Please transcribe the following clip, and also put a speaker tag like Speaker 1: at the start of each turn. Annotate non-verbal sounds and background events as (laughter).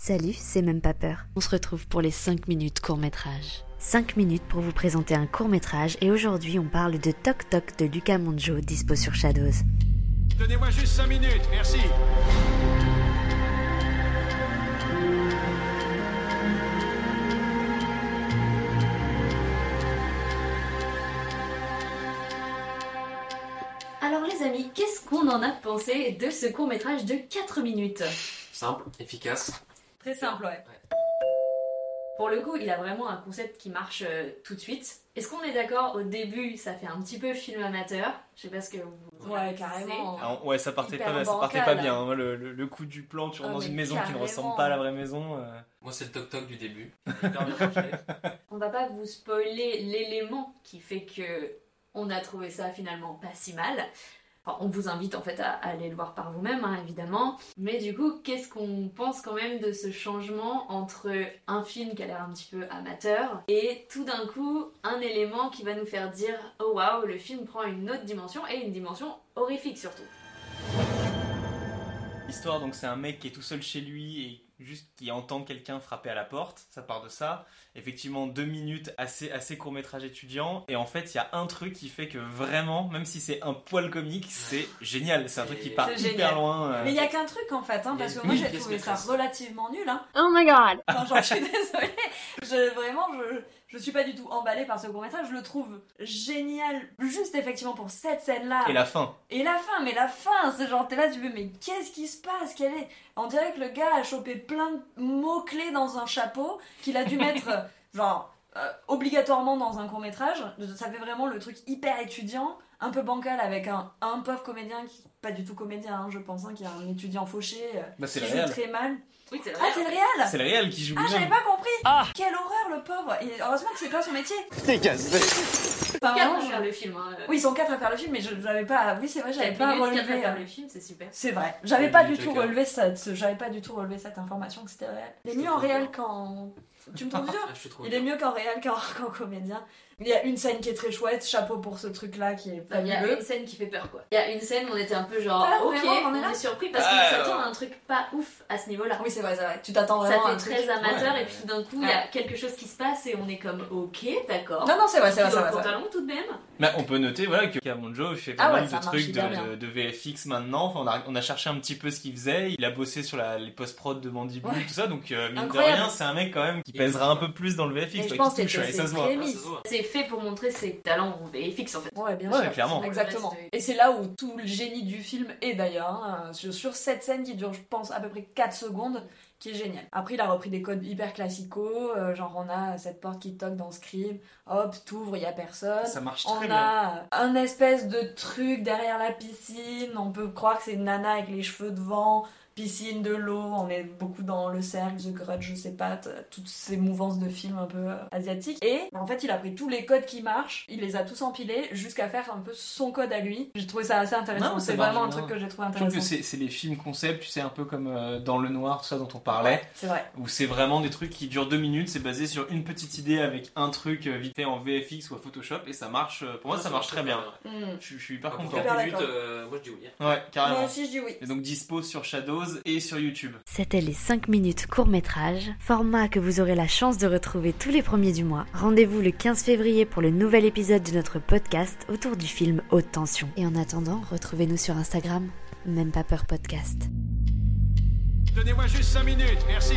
Speaker 1: Salut, c'est même pas peur.
Speaker 2: On se retrouve pour les 5 minutes court-métrage.
Speaker 1: 5 minutes pour vous présenter un court métrage et aujourd'hui on parle de Toc Toc de Luca Monjo dispo sur Shadows.
Speaker 3: Donnez-moi juste 5 minutes, merci.
Speaker 2: Alors les amis, qu'est-ce qu'on en a pensé de ce court-métrage de 4 minutes
Speaker 4: Simple, efficace.
Speaker 2: Très simple, ouais. Pour le coup, il a vraiment un concept qui marche euh, tout de suite. Est-ce qu'on est d'accord Au début, ça fait un petit peu film amateur. Je sais pas ce que vous.
Speaker 5: Ouais, carrément.
Speaker 6: Ah, on- ouais, ça partait
Speaker 5: Hyper
Speaker 6: pas, ça partait pas
Speaker 5: bancal.
Speaker 6: bien. hein, Le, le- le coup du plan, tu rentres
Speaker 5: Ah,
Speaker 6: dans
Speaker 5: mais
Speaker 6: une maison qui ne
Speaker 5: carrément.
Speaker 6: ressemble pas à la vraie maison. euh,
Speaker 4: Moi, c'est le toc-toc du début. Hyper bien marché.
Speaker 2: On va pas vous spoiler l'élément qui fait que on a trouvé ça finalement pas si mal. Enfin, on vous invite en fait à, à aller le voir par vous-même, hein, évidemment. Mais du coup, qu'est-ce qu'on pense quand même de ce changement entre un film qui a l'air un petit peu amateur et tout d'un coup un élément qui va nous faire dire oh waouh, le film prend une autre dimension et une dimension horrifique surtout.
Speaker 6: L'histoire, donc, c'est un mec qui est tout seul chez lui et juste qui entend quelqu'un frapper à la porte. Ça part de ça. Effectivement, deux minutes assez, assez court-métrage étudiant. Et en fait, il y a un truc qui fait que vraiment, même si c'est un poil comique, c'est génial. C'est un truc qui
Speaker 4: C'est
Speaker 6: part
Speaker 2: génial.
Speaker 6: hyper loin. euh.
Speaker 5: Mais il y a qu'un truc en fait, hein,
Speaker 4: Il y a
Speaker 5: parce que
Speaker 4: une
Speaker 5: moi j'ai
Speaker 4: pièce
Speaker 5: trouvé ça
Speaker 4: maîtresse.
Speaker 5: relativement nul. Hein.
Speaker 7: Oh my god
Speaker 5: Enfin, genre, je suis (laughs) désolée. Je, vraiment, je, je suis pas du tout emballée par ce court métrage. Je le trouve génial, juste effectivement pour cette scène-là.
Speaker 6: (laughs) Et la fin.
Speaker 5: Et la fin, mais la fin, c'est genre, t'es là, tu veux, mais qu'est-ce qui se passe Quel est... On dirait que le gars a chopé plein de mots-clés dans un chapeau qu'il a
Speaker 6: (laughs)
Speaker 5: dû mettre, euh, genre, euh, obligatoirement dans un court-métrage. Ça fait vraiment le truc hyper étudiant, un peu bancal, avec un, un pauvre comédien, qui pas du tout comédien, hein, je pense, hein, qui est un étudiant fauché, euh,
Speaker 6: Bah, c'est
Speaker 5: qui
Speaker 6: le
Speaker 5: joue
Speaker 6: réel.
Speaker 5: très mal.
Speaker 2: Oui, c'est
Speaker 5: Ah, c'est le réel
Speaker 6: C'est le réel qui joue
Speaker 5: Ah, j'avais
Speaker 6: lui-même.
Speaker 5: pas compris Quelle horreur, le pauvre Et heureusement que c'est pas son métier Enfin,
Speaker 2: Quatre
Speaker 5: vraiment,
Speaker 2: à
Speaker 5: je-
Speaker 2: faire le film. hein.
Speaker 5: Oui, ils sont quatre à faire le film, mais je n'avais pas... Oui, c'est vrai, j'avais
Speaker 2: Quatre
Speaker 5: pas
Speaker 2: minutes, quatre
Speaker 5: relevé...
Speaker 2: à
Speaker 5: euh,
Speaker 2: faire le film, c'est super.
Speaker 5: c'est vrai. J'avais
Speaker 4: Ouais,
Speaker 5: pas
Speaker 4: du
Speaker 5: du tout
Speaker 4: Joker.
Speaker 5: relevé cette, j'avais pas du tout relevé cette information que c'était réel. Il est
Speaker 4: Je
Speaker 5: mieux
Speaker 4: te
Speaker 5: en
Speaker 4: trouve
Speaker 5: réel
Speaker 4: dur.
Speaker 5: qu'en. Tu me
Speaker 6: (laughs)
Speaker 5: trouves dur
Speaker 4: Ah, je te trouve
Speaker 5: Il est
Speaker 4: bien.
Speaker 5: mieux qu'en réel qu'en (laughs) qu'en comédien. Il y a une scène qui est très chouette. Chapeau pour ce truc-là qui est
Speaker 2: Il y a
Speaker 5: fabuleux.
Speaker 2: une scène qui fait peur quoi. Il y a une scène où on était un peu genre
Speaker 5: Ah,
Speaker 2: ok,
Speaker 5: vraiment, on
Speaker 2: on
Speaker 5: est
Speaker 2: est
Speaker 5: là
Speaker 2: surpris parce qu'on
Speaker 6: Ah,
Speaker 2: s'attend
Speaker 6: ouais.
Speaker 2: à un truc pas ouf à ce niveau-là.
Speaker 5: Ah Oui, c'est vrai, c'est vrai. Tu t'attends
Speaker 2: Ça
Speaker 5: vraiment à
Speaker 2: fait
Speaker 5: un truc.
Speaker 2: très amateur
Speaker 4: Ouais.
Speaker 2: et puis tout d'un coup il y a quelque chose qui se passe et on est comme ok d'accord.
Speaker 5: Non, non, c'est vrai, c'est
Speaker 2: Dans
Speaker 5: vrai, c'est
Speaker 2: le
Speaker 5: vrai. c'est vrai.
Speaker 2: pantalon tout de même.
Speaker 6: Bah, on peut noter voilà, que Camonjo fait pas
Speaker 5: Ah ouais,
Speaker 6: mal
Speaker 5: ça
Speaker 6: de
Speaker 5: marche
Speaker 6: trucs
Speaker 5: hyper bien.
Speaker 6: de, de- de VFX maintenant. Enfin, on, a, on a cherché un petit peu ce qu'il faisait. Il a bossé sur la, les post-prod de Mandibule,
Speaker 5: Ouais.
Speaker 6: tout ça. Donc, euh, mine
Speaker 5: Incroyable.
Speaker 6: de rien, c'est un mec quand même qui
Speaker 4: Et
Speaker 6: pèsera
Speaker 4: touche,
Speaker 6: un peu plus dans le VFX.
Speaker 5: Et
Speaker 6: quoi,
Speaker 5: je
Speaker 6: qui
Speaker 5: pense que
Speaker 6: touche,
Speaker 5: c'est
Speaker 6: et ça se
Speaker 5: ses
Speaker 6: voit.
Speaker 4: Ah, ça
Speaker 5: prémices.
Speaker 4: se voit.
Speaker 2: C'est fait pour montrer ses talents VFX en fait.
Speaker 5: Ouais, bien
Speaker 6: Ouais,
Speaker 5: sûr.
Speaker 6: clairement.
Speaker 5: Exactement. Et c'est là où tout le génie du film est d'ailleurs, hein, sur, sur cette scène qui dure, je pense, à peu près 4 secondes, qui est géniale. Après, il a repris des codes hyper classicaux, euh, genre on a cette porte qui toque dans Scream, hop, t'ouvres, il y a personne.
Speaker 6: Ça marche
Speaker 5: On
Speaker 6: très bien.
Speaker 5: a un espèce de truc derrière la piscine, on peut croire que c'est une nana avec les cheveux devant, piscine, de l'eau, on est beaucoup dans le cercle, The Grudge, je sais pas, t- toutes ces mouvances de films un peu euh, asiatiques. Et en fait, il a pris tous les codes qui marchent, il les a tous empilés jusqu'à faire un peu son code à lui. J'ai trouvé ça assez
Speaker 6: Non,
Speaker 5: intéressant,
Speaker 6: mais ça
Speaker 5: c'est
Speaker 6: marche
Speaker 5: vraiment un
Speaker 6: bien.
Speaker 5: truc que j'ai trouvé
Speaker 6: Je trouve que
Speaker 5: intéressant.
Speaker 6: c'est c'est les films concept, tu sais, un peu comme euh, Dans le Noir, tout ça dont on parlait,
Speaker 5: C'est vrai.
Speaker 6: où c'est vraiment des trucs qui durent deux minutes, c'est basé sur une petite idée avec un truc euh, vite fait en VFX ou à Photoshop, et ça marche, euh, pour moi, ça marche très bien.
Speaker 5: Hmm.
Speaker 6: Je, suis- je suis hyper
Speaker 4: Enfin, Pour
Speaker 6: content.
Speaker 5: Hyper
Speaker 4: 4 minutes,
Speaker 5: d'accord.
Speaker 4: euh, moi, je dis oui. hein.
Speaker 6: Ouais,
Speaker 5: Moi
Speaker 6: carrément.
Speaker 5: aussi, je dis oui.
Speaker 6: Ah. Et donc dispo sur Shadows et sur YouTube.
Speaker 1: C'était les 5 minutes court-métrage, format que vous aurez la chance de retrouver tous les premiers du mois. Rendez-vous le 15 février pour le nouvel épisode de notre podcast autour du film Haute Tension. Et en attendant, retrouvez-nous sur Instagram, même pas peur podcast.
Speaker 3: Donnez-moi juste 5 minutes, merci.